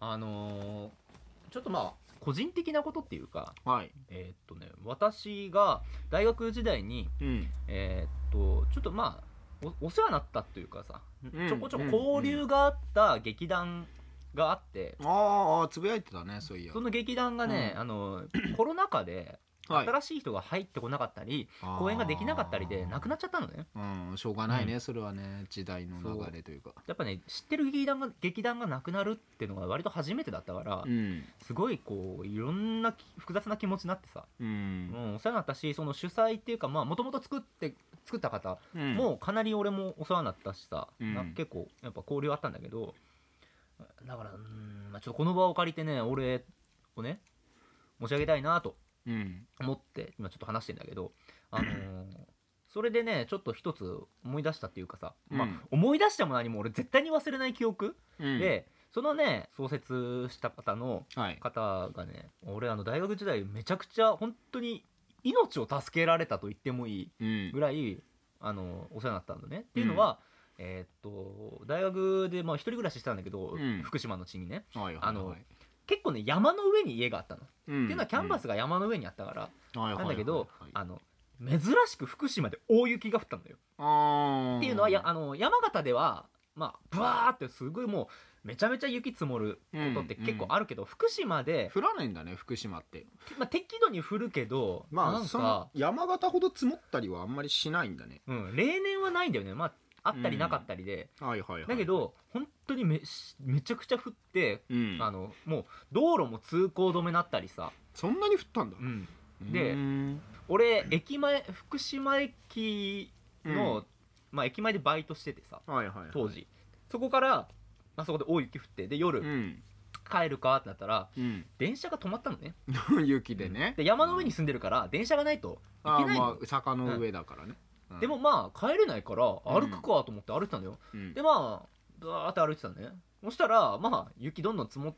あのーちょっとまあ個人的なことっていうかはい。えーっとね私が大学時代にうん。えーっとちょっとまあおお世話になったというかさ、うんちょこちょこ交流があった劇団があって、あーあー、つぶやいてたね、そういや。その劇団がね、うんあのコロナ禍ではい新しい人が入ってこなかったり、公演ができなかったりでなくなっちゃったのねうん、しょうがないね、それはね、時代の流れというか。やっぱね知ってる劇団が劇団がなくなるっていうのが割と初めてだったから、うん。すごいこういろんなき複雑な気持ちになってさ、うん。もうお世話になったしその主催っていうかまあもともと作って作った方うんもうかなり俺もお世話になったしさ、うんなんか結構やっぱ交流あったんだけどだからうーん、まあ、ちょっとこの場を借りてね俺をね申し上げたいなとうん。思って今ちょっと話してんだけど、あの ーそれでねちょっと一つ思い出したっていうかさ、まあうん思い出しても何も俺絶対に忘れない記憶、うん、でそのね創設した方のはい。方がね俺あの大学時代めちゃくちゃ本当に命を助けられたと言ってもいいうんぐらいあのお世話になったんだね。っていうのは、えーっと大学で、まあ、一人暮らししてたんだけど、うん福島の地にねはいはいはい。あの結構ね山の上に家があったの。っってていうのはキャンバスが山の上にあったから、ななんだけど、あの珍しく福島で大雪が降ったんだよ。あーっていうのはやあの山形ではまあブワーってすごいもうめちゃめちゃ雪積もることって結構あるけど、福島で、降らないんだね福島ってまあ、適度に降るけど、まなあんそのか、山形ほど積もったりはあんまりしないんだねうん、例年はないんだよね、まあ、あったりなかったりで、はいはいはいだけど本当にめしめちゃくちゃ降って、うんあのもう道路も通行止めになったりさ、そんなに降ったんだうん、でで俺駅前福島駅の、まあ、駅前でバイトしててさはいはいはい当時そこから、まあ、そこで大雪降ってで夜、うん帰るかってなったらうん電車が止まったのね雪でねで山の上に住んでるから電車がないと行あけーないのまあ坂の上だからねうんでもまあ帰れないから歩くかと思って歩いてたのよ、うんでまあバーって歩いてたのねそしたらまあ雪どんどん積も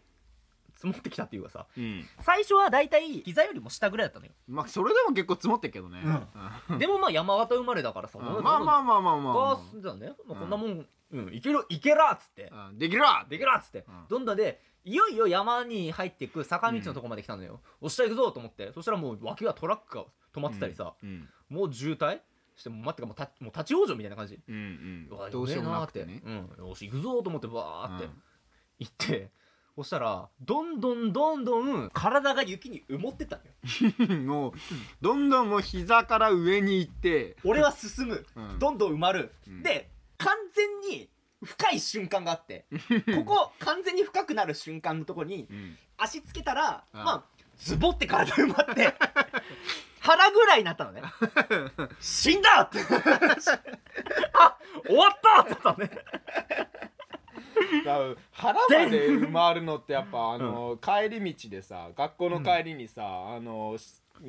積もってきたっていうかさうん最初はだいたい膝よりも下ぐらいだったのよまあそれでも結構積もってるけどねうんうんでもまあ山形生まれだからさ、まあまあまあまあまあまガあースだね、まあ、こんなもん、うん、いけるいけらっつって、うんできるわできらっつって、うんどんどんでいよいよ山に入っていく坂道のとこまで来たのよ、おっしゃ行くぞと思ってそしたらもう脇がトラックが止まってたりさ、うんもう渋滞してもう待ってかもうたもう立ち往生みたいな感じうんうわどうしようもなくてやべえねなーって、うん、よし行くぞと思ってバーってうん行って、そしたらどんどんどんどん体が雪に埋もってったのよ もうどんどんもう膝から上に行って俺は進む、うんどんどん埋まる、うんで完全に深い瞬間があって ここ完全に深くなる瞬間のとこにうん足つけたら、うんまあズボって体埋まって腹ぐらいになった のね死んだってあ終わったってなったのねだから腹まで埋まるのってやっぱあの、帰り道でさ学校の帰りにさ、あのし道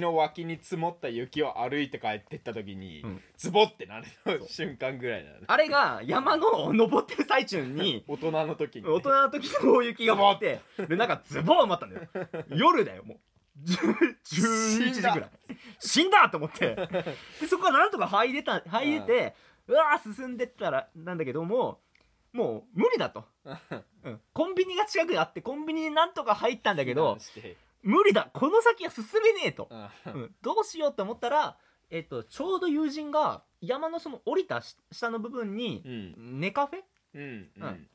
の脇に積もった雪を歩いて帰ってった時に、うんズボってなる瞬間ぐら いなのねあれが山の登ってる最中に大人の時に、ね、大人の時の大雪が回ってでなんかズボン埋まったんだよ夜だよもう10 11時ぐらい死んだと思ってでそこからなんとか入れた入れてうわー進んでったらなんだけどももう無理だと、うん、コンビニが近くにあってコンビニになんとか入ったんだけどして無理だこの先は進めねえと うう、んん、どうしようと思ったら、えっと、ちょうど友人が山のその降りたし下の部分にうんネカフェうん、ううんん、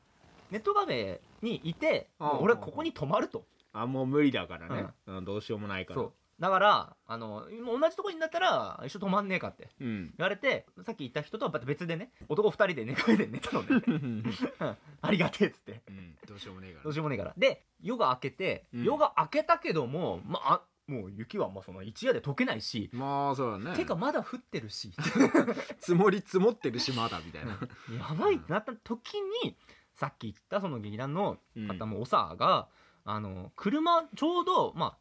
ネットカフェにいて、うんもう俺はここに泊まると、あもう無理だからね、うんどうしようもないそうだからあのもう同じとこになったら一緒泊まんねえかってうん言われてさっき言った人とはまた別でね男2人で寝かけて寝たの ねうんありがてえっつってどうしようもねえかどうしようもねえからで夜が明けて、うん夜が明けたけどもまああもう雪はまあその一夜で溶けないし、まあそうだねてかまだ降ってるし積もり積もってる島だみたいな、やばいってなった時にさっき言ったその劇団のうん方もオサーが、あの車ちょうどまあ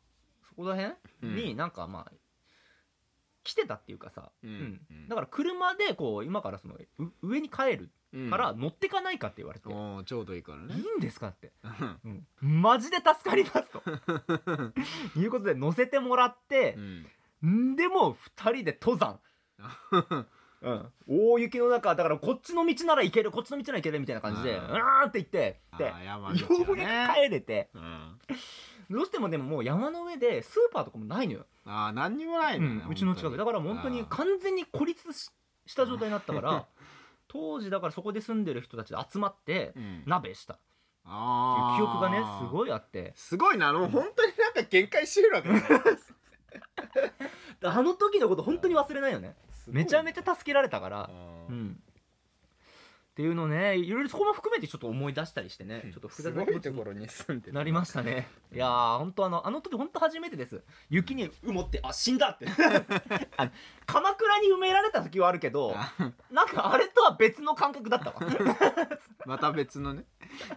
そこら辺になんかまあ、来てたっていうかさ、ううんんだから車でこう今からそのう上に帰るうんから乗ってかないかって言われて、いおーちょうどいいからねいんですかって、うんうんマジで助かります ということで乗せてもらってう、ん んでもう2人で登山ううん、大雪の中だからこっちの道なら行けるこっちの道なら行けるみたいな感じでううんんーって行ってであー山口よはうねやく帰れてうん、どうしてもでももう山の上でスーパーとかもないのよ、ああ何にもないうね、んうちの近くだから本当に完全に孤立しした状態になったから当時だからそこで住んでる人たちで集まってうん鍋したってあいう記あ憶がねすいごいあってすごいなあの本当になんか限界集落だねあの時のこと本当に忘れないよねすごい ねめちゃめちゃ助けられたからううんんっていうのねいろいろそこも含めてちょっと思い出したりしてねちょっと複雑すなご気持いちとにころに住んでるなりましたねいやー本当あのあの時本当初めてです雪に埋もってあ死んだって あの鎌倉に埋められた時はあるけどあなんかあれとは別の感覚だった わまた別のね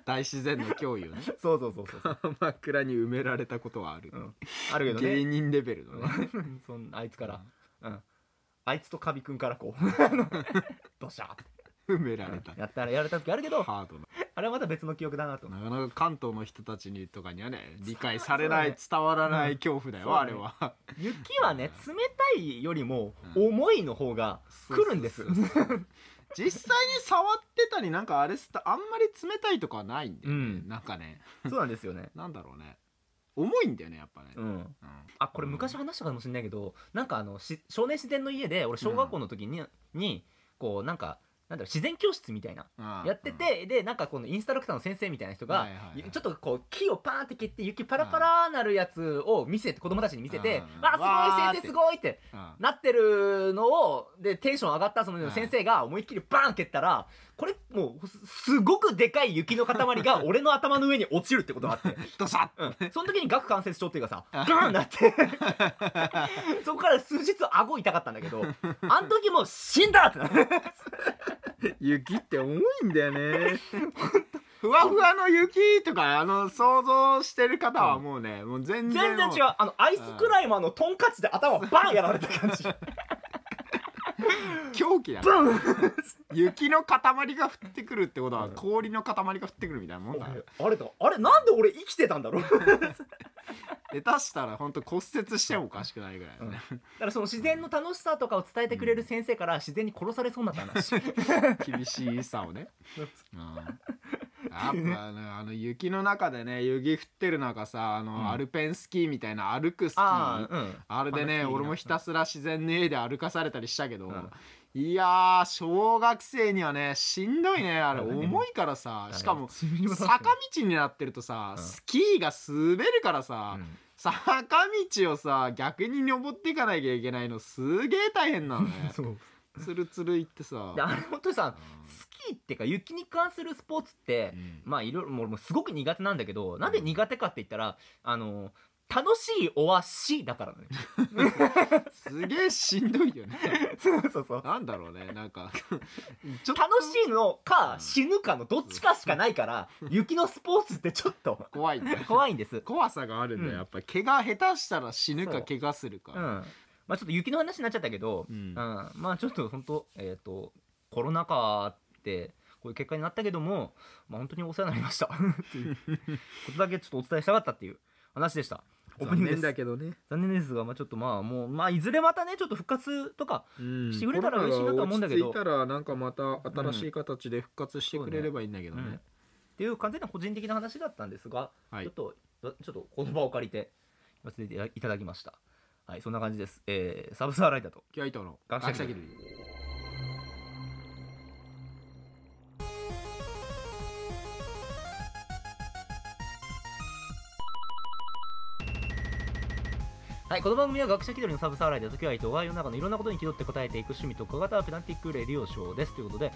大自然の 脅威をねそうそうそうそう、鎌倉に埋められたことはある、うん、あるけど芸ね人レベルのねうん そんあいつから、うん、あいつとカビくんからこう あのドシャーって埋められたやったらやられた時あるけどハードなあれはまた別の記憶だなと思うなかなか関東の人たちにとかにはね理解されない伝わらない恐怖だよ、そうだあねれは雪はね冷たいよりもうん重いの方が来るんですそうそうそうそう 実際に触ってたりなんかあれすたあんまり冷たいとかはないんだよね、うんなんかねそうなんですよねなんだろうね重いんだよねやっぱね、うんうんあこれ昔話したかもしれないけどなんかあのし少年自然の家で俺小学校の時に,、にこうなんかなんだろう自然教室みたいなうんやってて、でなんかこのインストラクターの先生みたいな人が、はいはいはいちょっとこう木をパーンって蹴って雪パラパラなるやつを見せて子供たちに見せてう「んわあわーっすごい先生すてごい!」ってうんうんなってるのをでテンション上がったそはのい先生が思いっきりバーン蹴ったらこれもうす すごくでかい雪の塊が俺の頭の上に落ちるってことがあって。ドサッ、うん、その時に顎関節症っていうかさガーンなって そこから数日顎痛かったんだけどあの時もう死んだってなって雪って重いんだよね ふわふわの雪とかあの想像してる方はもうね、もう全全然然も違うあのアイスクライマーのトンカチで頭バンやられた感 じ狂気だねブン雪の塊が降ってくるってことはうん氷の塊が降ってくるみたいなもんだよあれだあれなんで俺生きてたんだろうだか下手したら本当骨折してもおかしくないぐらいだね、らその自然の楽しさとかを伝えてくれる先生から自然に殺されそうになった 話厳しさをね、うん、や っぱねあの雪の中でね雪降ってる中さあの、んアルペンスキーみたいな歩くスキーあああうんれでねあのスキーな俺もひたすら自然の家で歩かされたりしたけど、うんいやー小学生にはねしんどい ねあれそうだね重いからさしかも坂坂道になってるとさ、うんスキーが滑るからさ、坂道をさ逆に登っていかなきゃいけないのすげえ大変なのね そうつるつる行ってさであれ本当にさうスキーってか雪に関するスポーツってんまあいろいろもうもうすごく苦手なんだけどなんで苦手かって言ったらあの楽しいおわしだからね すげえしんどいよねそうそうそうなんだろうねなんかちょっと楽しいのかうん死ぬかのどっちかしかないから雪のスポーツってちょっと 怖いね怖いんです。怖さがあるんだよ、うんやっぱ怪我下手したら死ぬそかう怪我するうん。か、まあちょっと雪の話になっちゃったけど、うんうんまあちょっと本当えっ、とコロナ禍ってこういう結果になったけども、まあ本当にお世話になりました っていうことだけちょっとお伝えしたかったっていう話でした。オープニングですけどね、残念ですが、まあちょっとまあもうまあいずれまたねちょっと復活とかうんしてくれたら嬉しいなとは思うんだけどコロナが落ち着いたらなんかまた新しい形で復活してくれればいいんだけどね、うんっていう完全な個人的な話だったんですが、はいちょっとちょっと言葉を借りて言わせていただきましたはいそんな感じです、えー、サブサーライダーとキャイトの学者気取り取りはいこの番組は学者気取りのサブサーライダーとキュアイトが世の中のいろんなことに気取って答えていく趣味と小型ペダンティックレディオショーですということで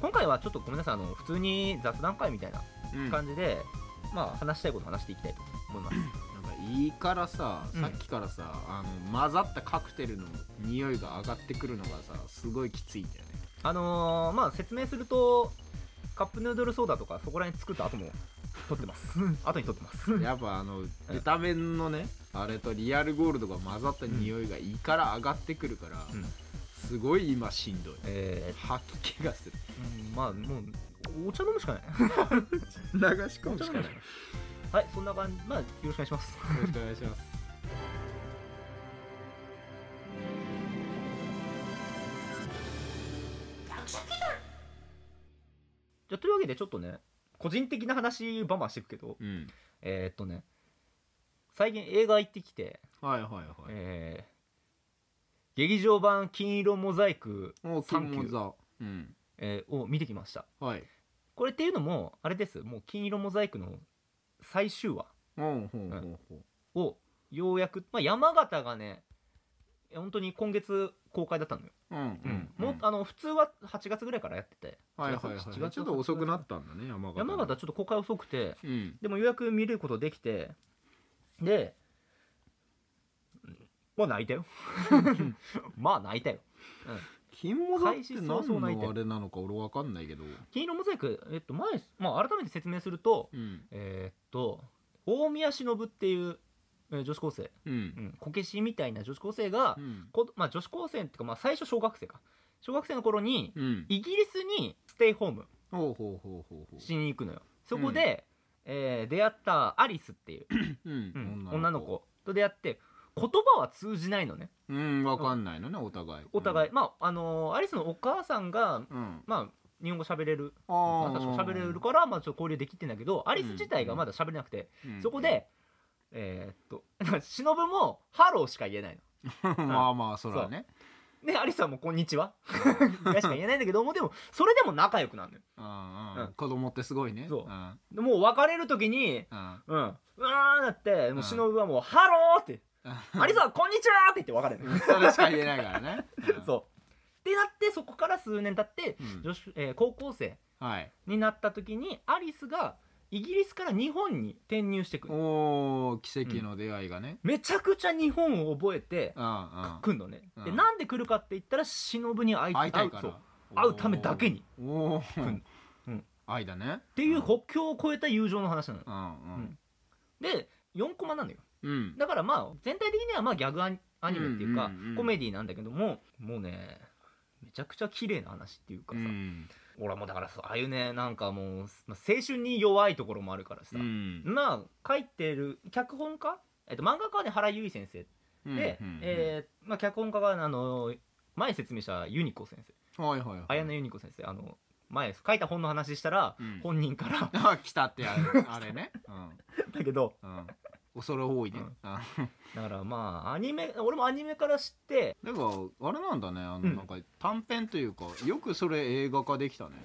今回はちょっとごめんなさいあの普通に雑談会みたいなうん感じで、まあ話したいことを話していきたいと思いますなんかいいからさうんさっきからさ、あの混ざったカクテルの匂いが上がってくるのがさすごいきついんだよねあのーまあ説明するとカップヌードルソーダとかそこら辺作った後も撮ってます後に撮ってます やっぱあのベタ面のねあれとリアルゴールドが混ざった匂いが胃から上がってくるから、うんすごい今しんどいえ吐き気がするーうんまあもうお茶飲むしかない流し込むしかないよ はいそんな感じまあよろしくお願いしますろしくお願いしますというわけでちょっとね個人的な話バンバンしていくけどうんえー、っとね最近映画行ってきて、はいはいはいえー劇場版「金色モザイクおサンキューーうん」えーを見てきましたはいこれっていうのもあれですもう「金色モザイク」の最終話ほうほうほうほうをようやく、まあ、山形がね本当に今月公開だったのよ、うんもうあの普通は8月ぐらいからやっててはいはい7は月いちょっと遅くなったんだね山形山形ちょっと公開遅くてうんでもようやく見ることできてでまあ泣い たよまあ泣いたよ金モザって開始何早々泣いてのあれなのか俺わかんないけど金色モザイク、えっと前まあ、改めて説明するとうんえーっと大宮忍っていう、えー女子高生、うんうん、こけしみたいな女子高生が、うんこまあ、女子高生っていうか、まあ、最初小学生か小学生の頃にうんイギリスにステイホームほうほうほうほうほうしに行くのよそこで、えー出会ったアリスっていう、ううんん女の子と出会って言葉は通じないのねうんわかんないのねお互いお互い、まああのーアリスのお母さんがうんまあ日本語喋れるあまあー確か喋れるから、まあ、ちょっと交流できてんだけどアリス自体がまだ喋れなくて、うんそこでえーっと 忍も「ハロー」しか言えないの。まあまあそらねでアリスはもう「こんにちは」ぐら いしか言えないんだけどもでもそれでも仲良くなるのよ。うんううんん子供ってすごいねそううんでもう別れる時にうんうん、うわーなって、もううん忍はもう、ハローって、アリスはこんにちはって言って別れるの。それしか言えないからねそう。ってなって、そこから数年経って、うん女子えー高校生うんはいになった時に、アリスがイギリスから日本に転入してくる。おー奇跡の出会いがねめちゃくちゃ日本を覚えて、うんうん来んのね。で、うんなんで来るかって言ったら、忍に会い会いた会いかうそうら会うためだけにおーおーんうん愛だねっていう国境を越えた友情の話なのよ。うんで、4コマなのよ。うんうんだからまあ全体的にはまあギャグアニアニメっていうか、うんうんうんコメディなんだけどももうねめちゃくちゃ綺麗な話っていうかうさ、ん俺はもうだからそうああいうねなんかもう、まあ青春に弱いところもあるからさ、うんまあ書いてる脚本家、えっと、漫画家はね原由依先生で、うんうんえーまあ、脚本家があの前説明したユニコ先生はいはいはい綾音ユニコ先生あの前書いた本の話したら、うん本人から あ 来たってあれあれねだけどうんうん恐れ多いねううんんだかだからまあアニメ俺もアニメから知ってらあれなんだねあのうんなんか短編というかよくそれ映画化できたね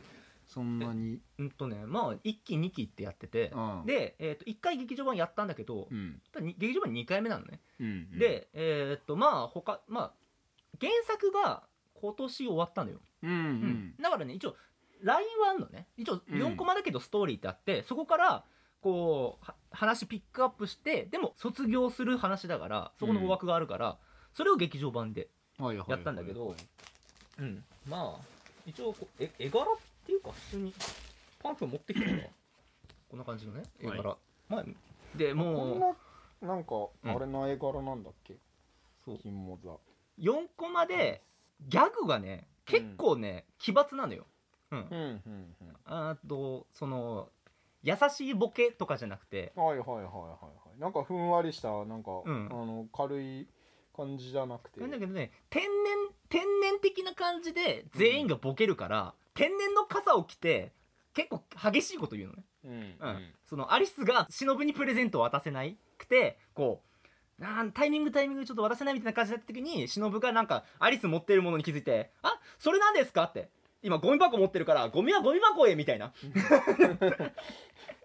そんなにうんとねまあ1期2期ってやってて、うんで、えー、と1回劇場版やったんだけど、うんただに劇場版2回目なのね、うんでえっ、とまあ他まあ原作が今年終わったのよ、うんうんだからね一応ラインはあるのね一応うん4コマだけどストーリーってあって、そこからこうは話ピックアップしてでも卒業する話だからそこの語枠があるから、それを劇場版で、はいはいはいやったんだけどうん、まあ一応こう絵絵柄っていうか普通にパンフ持ってきたから こんな感じのね絵柄、まあでもうこんななんかあれの絵柄なんだっけそう金モザ4コマでギャグがね結構ね、奇抜なのよ。うん、うんうんあとその優しいボケとかじゃなくてうんはいはいはいはいはいなんかふんわりしたなんかあうんの軽い感じじゃなくてなんだけどね天然天然的な感じで全員がボケるから、天然の傘を着て結構激しいこと言うのね。うんうんうん、そのアリスが忍にプレゼントを渡せないくてこうなんタイミングタイミングちょっと渡せないみたいな感じだった時に忍がなんかアリス持ってるものに気づいて「あそれなんですか?」って「今ゴミ箱持ってるからゴミはゴミ箱へ」みたいな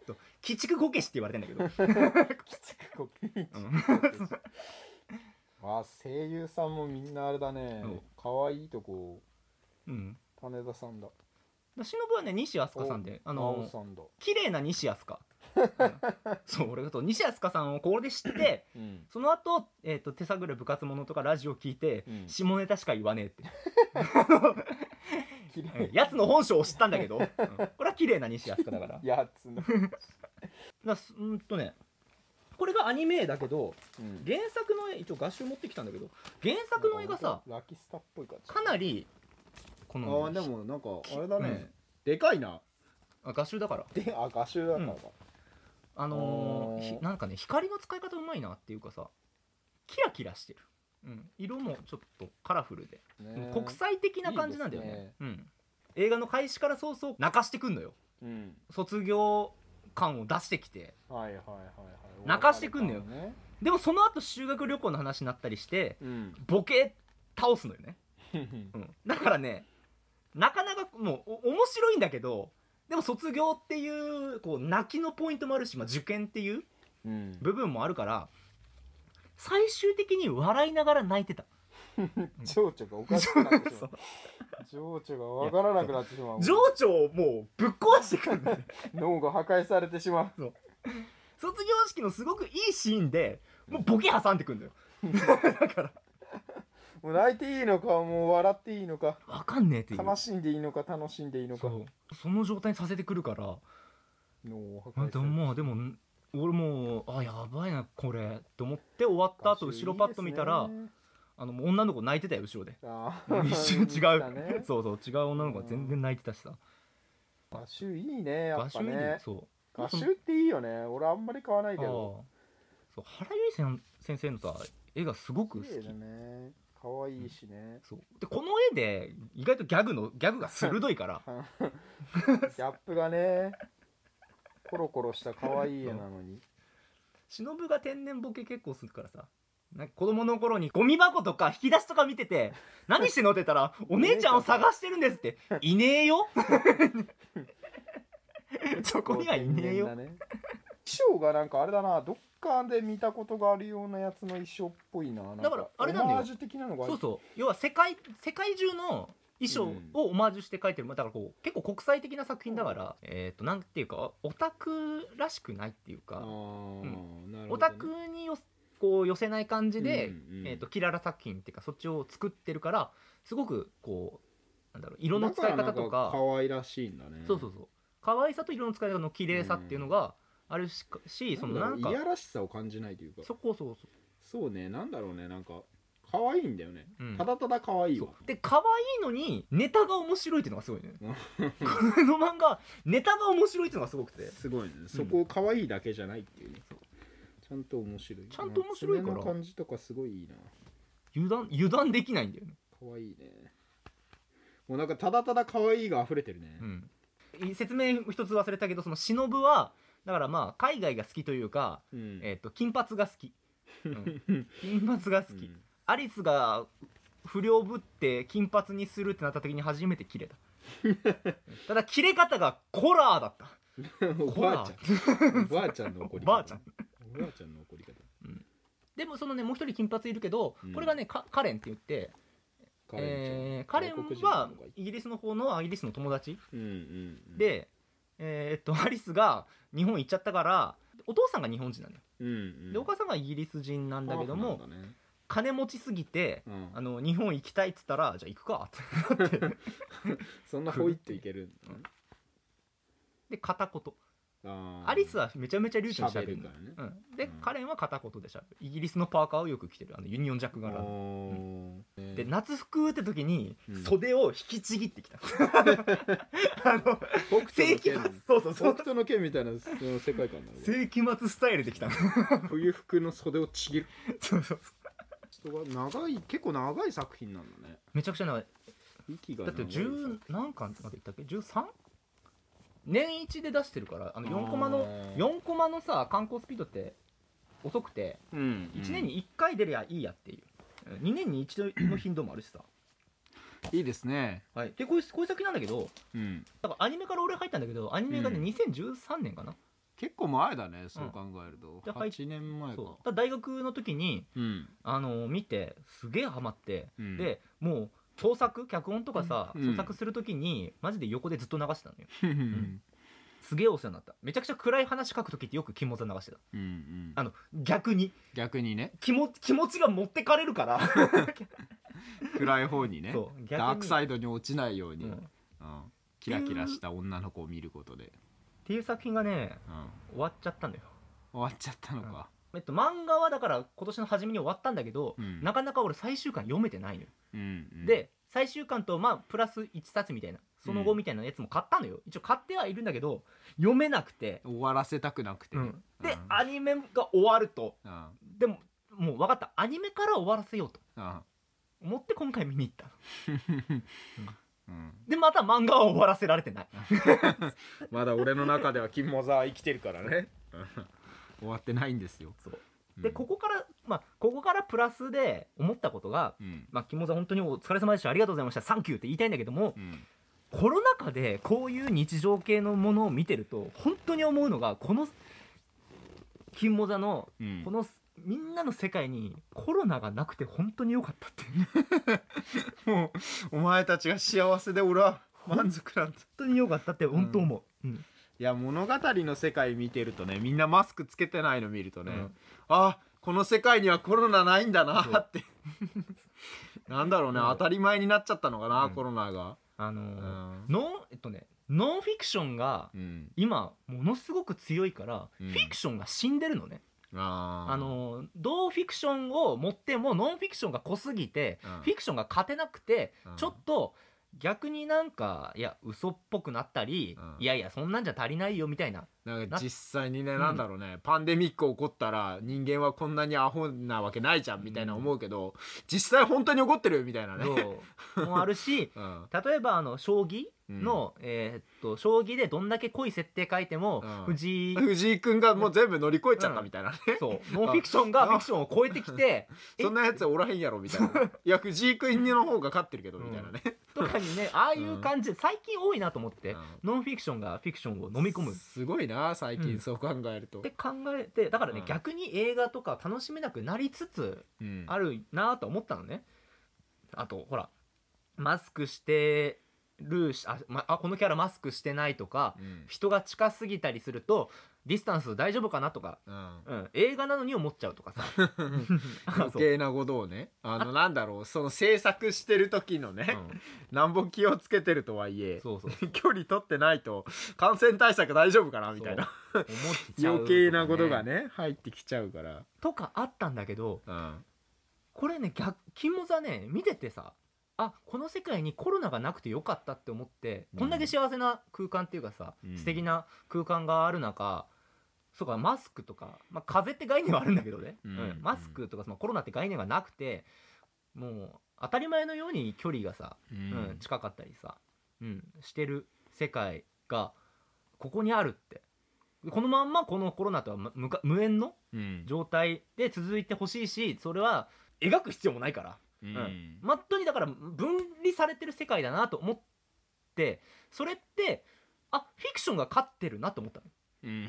と「鬼畜こけし」って言われてんだけど、こううんあ声優さんもみんなあれだねそう可愛いとこうん、種田さんだ忍はね西飛鳥さんでああのさんだ綺麗な西飛鳥、うんそう俺がと西飛鳥さんをこれで知ってうんその後、えー、と手探る部活者とかラジオ聞いて、うん下ネタしか言わねえって綺うん麗やつの本性を知ったんだけど、うんこれは綺麗な西安だからやつのなすうんとねこれがアニメだけどうん原作の絵一応画集持ってきたんだけど原作の絵がさラキスタっぽい感じかなりこあのーでもなんかあれだうんねでかいなあ画集だからであ画集だからだあのーひあーなんかね光の使い方うまいなっていうかさキラキラしてる、うん、色もちょっとカラフルで、ね国際的な感じなんだよねいいですねうん、映画の開始から早々泣かしてくんのようん卒業感を出してきてはいはいはいはい泣かしてくんのよお別れ感ねでもその後修学旅行の話になったりしてうんボケ倒すのよね、うん、だからねなかなかもうお面白いんだけどでも卒業っていうこう泣きのポイントもあるし、まあ、受験っていううん部分もあるから最終的に笑いながら泣い てた情緒がおかしくなってしそまうう情緒がわからなくなってしまう情緒をもうぶっ壊してくるんだ よね脳が破壊されてしまう卒業式のすごくいいシーンでもうボケ挟んでくんだよだからもう泣いていいのかもう笑っていいのかわかんねえっていう悲しんでいいのか楽しんでいいのかそうその状態にさせてくるから脳を破なんて壊されてもうでもん俺もうあやばいなこれと思って終わった後後ろパッと見たらいいですねあのもう女の子泣いてたよ後ろであもうー一瞬違見たう、ねそうそう違う女の子が全然泣いてたしさ画集いいねや画っ集ぱ見てねそう画集っていいよね俺あんまり買わないけどああそう原由依先先生のさ絵がすごく好き綺麗だね可愛いしねそうでこの絵で意外とギャグのギャグが鋭いからあのギャップがねコロコロした可愛い絵なのに忍が天然ボケ結構するからさなんか子供の頃にゴミ箱とか引き出しとか見て て「何してんの?」って言ったら「お姉ちゃんを探してるんです」って「いねえ よ」そこにはいねえよこう天然だね衣装がなんかあれだなどっかで見たことがあるようなやつの衣装っぽいななんだからあれなんだよオマージュ的なのがあるそうそう要は世界世界中の衣装をオマージュして描いてる、まあだからこう結構国際的な作品だから、えっ、となんていうかオタクらしくないっていうか、なるほどねオタクによこう寄せない感じで、うんうんえー、とキララ作品っていうかそっちを作ってるからすごくこうなんだろう色の使い方だらなとんかか可愛らしいんだねそうそうそう可愛さと色の使い方の綺麗さっていうのがあるし,、しそのななんんだかろういやらしさを感じないというかそこそうそそうねなんだろうねなんか可愛いんだよね、う、うん、ただただ可愛いそわうで可愛いのにネタが面白いっていうのがすごいねこの漫画ネタが面白いっていうのがすごくてすごいねそこを可愛いだけじゃないっていうね、そうちゃんと面白いちゃんと面白いから爪の感じとかすごいいいな油断油断できないんだよね、可愛いねもうなんかただただ可愛いが溢れてるね、うん、い説明一つ忘れたけどその忍はだからまあ海外が好きというかうんえっと金髪が好き、 うん金髪が好き、うんアリスが不良ぶって金髪にするってなった時に初めてキ レたただキレ方がコラーだった おばあちゃ んおばあちゃんの怒りお方ばあちゃんおばあちゃんの怒り方でもそのねもう一人金髪いるけど、うんこれがねかカレンって言ってカえーカカレレンンはイギリスの方のイギリスの友達うんうんうん、で、えーっとアリスが日本行っちゃったからお父さんが日本人なんだよ、うんうん、でお母さんがイギリス人なんだけども、ハーフなんだね金持ちすぎてうんあの日本行きたいっつったらじゃあ行くかってなってそんなほいっといけるんだねで片言あーアリスはめちゃめちゃ流暢にしゃべる喋るからねうん、で、うんカレンは片言でしゃべるイギリスのパーカーをよく着てるあのユニオンジャック柄のおーで夏服って時にうん袖を引きちぎってきた、 あの北斗世の紀剣末そうそうそ北う斗の剣みたいなその世界観なの世紀末スタイルできた冬服の袖をちぎるそうそうそう人が長い結構長い作品なんだねめちゃくちゃ長い息がだっ長てい10何巻までいったっけ 13? 年一で出してるからあの4コマあのー4コマのさ観光スピードって遅くてうん1年に1回出りゃいいやっていう、2年に1度の頻度もあるしさいいですねはい、でこういうこういう作品なんだけどうんだからアニメから俺入ったんだけどアニメがね、うん2013年かな結構前だねそう考えるとではい8年前かそうだから大学の時に、うんあのー見てすげえハマって、うんでもう創作脚本とかさ、うん創作する時にマジで横でずっと流してたのようんすげえお世話になっためちゃくちゃ暗い話書く時ってよく気持ち流してたうんうんあの逆に逆にね気も気持ちが持ってかれるから暗い方にね そう逆にダークサイドに落ちないよううにんうっんキラキラした女の子を見ることでていう作品がねうん終わっちゃったのよ終わっちゃったのかえっと漫画はだから今年の初めに終わったんだけど、うんなかなか俺最終巻読めてないのようんうんで最終巻とまあプラス1冊みたいなその後みたいなやつも買ったのよ、一応買ってはいるんだけど読めなくて、終わらせたくなくてうんで、うんアニメが終わるとうんでももう分かったアニメから終わらせようとうん思って今回見に行ったううんでまた漫画は終わらせられてないまだ俺の中では金モザは生きてるから ね終わってないんですよそううんでここからまあここからプラスで思ったことがうんまあ、キモザ本当にお疲れ様でしたありがとうございましたサンキューって言いたいんだけどもうんコロナ禍でこういう日常系のものを見てると本当に思うのがこのキモザのうんこのみんなの世界にコロナがなくて本当に良かったっていう本もうお前たちが幸せで俺は満足なんだ当に良かったって本当思う、うんいや物語の世界見てるとねみんなマスクつけてないの見るとね、うんあこの世界にはコロナないんだなってなんだろうね、うん当たり前になっちゃったのかな、うんコロナがあのーうんノンえっとねノンフィクションがうん今ものすごく強いから、うんフィクションが死んでるのねあーあのどうフィクションを持ってもノンフィクションが濃すぎて、うんフィクションが勝てなくて、うんちょっと逆になんかいや嘘っぽくなったり、うんいやいやそんなんじゃ足りないよみたいななんか実際にねななんだろうね、パンデミック起こったら人間はこんなにアホなわけないじゃんみたいな思うけど、実際本当に起こってるよみたいなね、のもあるしうん例えばあの将棋の、えーっと将棋でどんだけ濃い設定書いても、うん藤井藤井君がもう全部乗り越えちゃったみたいなね、そうノンフィクションがフィクションを超えてきてえそんなやつおらへんやろみたいないや藤井君の方が勝ってるけどうんみたいなね、とかにねああいう感じで最近多いなと思って、うんノンフィクションがフィクションを飲み込むすごいな最う近んそう考えると、って考えてだからね、うん逆に映画とか楽しめなくなりつつうんあるなと思ったのねあとほらマスクしてるしあ,、まあこのキャラマスクしてないとかうん人が近すぎたりするとディスタンス大丈夫かなとか、うん うん、映画なのに思っちゃうとかさあ余そう計なことをねあのなんだろうその制作してる時のね、うんなんぼ気をつけてるとはいえそうそう 距離取ってないと感染対策大丈夫かなみたいな、思っちゃうとかね 余計なことがね入ってきちゃうから、とかあったんだけどうん、これね逆金モザね見ててさあこの世界にコロナがなくてよかったって思って、うんこんだけ幸せな空間っていうかさ、うん素敵な空間がある中そうかマスクとか、まあ、風邪って概念はあるんだけどね、うんマスクとかそのコロナって概念がなくてもう当たり前のように距離がさ、ううんん近かったりさ、うん、してる世界がここにあるってこのまんまこのコロナとはむ無か無縁のうん状態で続いてほしいしそれは描く必要もないからうんまっとにだから分離されてる世界だなと思ってそれってあフィクションが勝ってるなと思ったのうん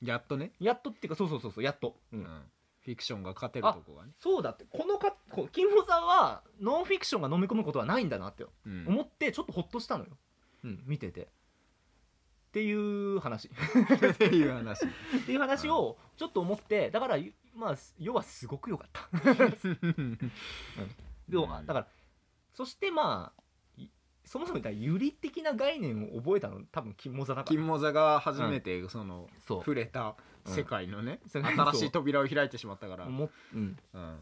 やっとね、やっとっていうかそうそうそうそうやっと、うんうんフィクションが勝てるとこがね、そうだってこのかこう金モザはノンフィクションが飲み込むことはないんだなってうん思ってちょっとホッとしたのよ、うん、見ててっていう話 っていう 話っていう話をちょっと思ってだからまあ要はすごく良かったでもうんだからそしてまあいそもそも言ったらユリ的な概念を覚えたの多分金モザだから金モザが初めてその、そ触れた世界のね、うん新しい扉を開いてしまったからう、も、うん、うん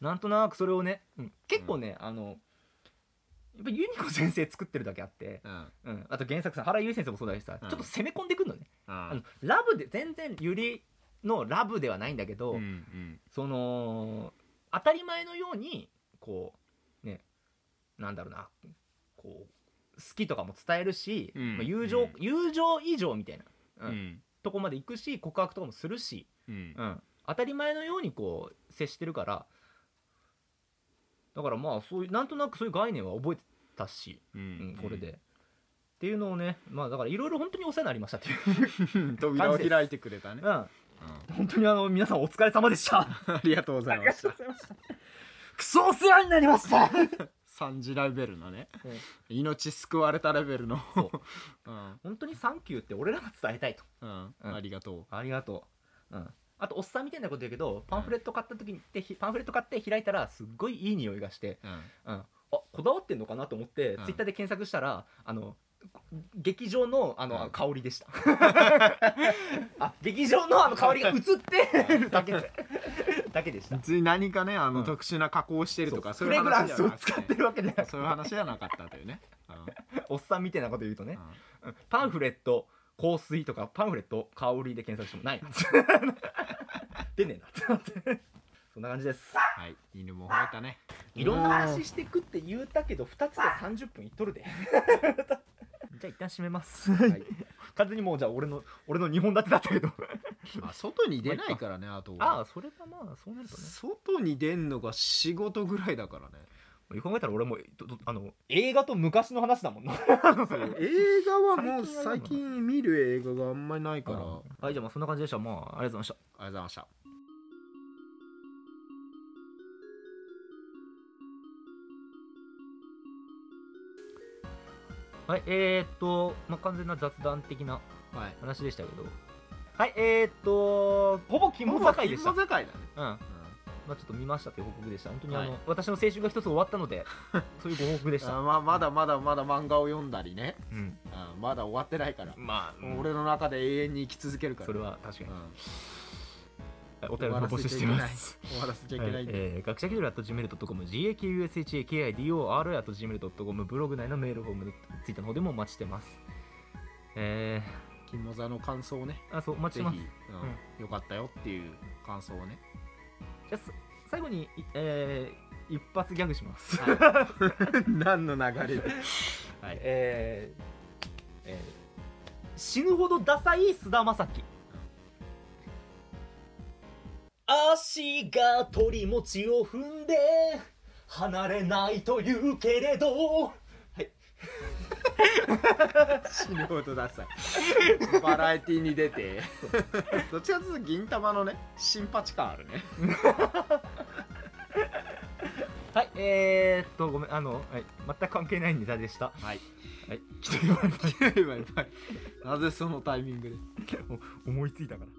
なんとなくそれをね、うん結構ね、あのやっぱユニコ先生作ってるだけあって、ううんん、あと原作さん原由里先生もそうだしさ、うんちょっと攻め込んでくるのね、ああのラブで全然ユリのラブではないんだけど、うんうんその当たり前のようにこうねなんだろうなこう好きとかも伝えるし、うんまあ、友情、うん友情以上みたいな、ううんんとこまで行くし告白とかもするし、うんうん、当たり前のようにこう接してるからだからまあそういうなんとなくそういう概念は覚えてたし、ううんん、これで、っていうのをねまあだからいろいろ本当にお世話になりましたっていう、うん扉を開いてくれたねう、ん、本当にあの皆さんお疲れ様でしたうんありがとうございましたざいましたクソお世話になりました3次レベルのねうん命救われたレベルのそう うん本当にサンキューって俺らが伝えたいとうんうんありがとありがとう、うん、あとおっさんみたいなこと言うけどパンフレット買った時にってひパンフレット買って開いたらすっごいいい匂いがして、う、うんうん、あこだわってんのかなと思って、うんツイッターで検索したらあのこ劇場のあの、うん香りでした あ劇場のあの香りが映ってるだけでだけで した別に何かねあの、うん特殊な加工してるとかそそううフいうレグラン話じスゃをなく使っててるわけじゃないそういう話じゃなかったというね、うんおっさんみたいなこと言うとね、うんうんパンフレット香水とかパンフレット香りで検索してもないな 出ねえなってなってそんな感じですはい犬も吠えたね犬いろんな話してくって言うたけど2つで30分いっと るでじゃあ一旦閉めます、はい 完全にもうじゃあ俺の俺の2本立てだったけどまあ、外に出ないからねあとあは あそれがまあそうなるとね外に出んのが仕事ぐらいだからねよく考えたら俺もどどあの映画と昔の話だもん な映画はもう最最近近見る映画があんまりないからありがとはいじゃあまあそんな感じでしたまあありがとうございましたうございましたはいえー、っと、まあ、完全な雑談的なはい話でしたけどはいえー、っとほぼ肝境でしたうん金だね、まあ、ちょっと見ましたという報告でした本当にあの、はい私の青春が一つ終わったの でそういうご報告でした、あまあまだまだまだ漫画を読んだりね、うん、うん、まだ終わってないから、まあ、俺の中で永遠に生き続けるからそれは確かにう、んお便りの募集してます終わらせちゃいはいけないんで、えー学者気取り .gmail.com gakushakidori.gmail.com ブログ内のメールフォームツイッターの方でもお待ちしてますえ金座の感想をねー、あそうお待ちぜしひ、うてまんすよかったよっていう感想をね、 じゃあす最後に、いえー、一発ギャグします、何の流れで はいえーえー死ぬほどダサい菅田将暉足が鳥持ちを踏んで離れないというけれど死ぬほどダサいバラエティに出て どっちかというと銀玉のね新八感あるねはい、えー、っと、ごめん、あの、はい、全く関係ないネタでした。ははいい、来てもらっ やばいやばいなぜそのタイミングで思いついたから。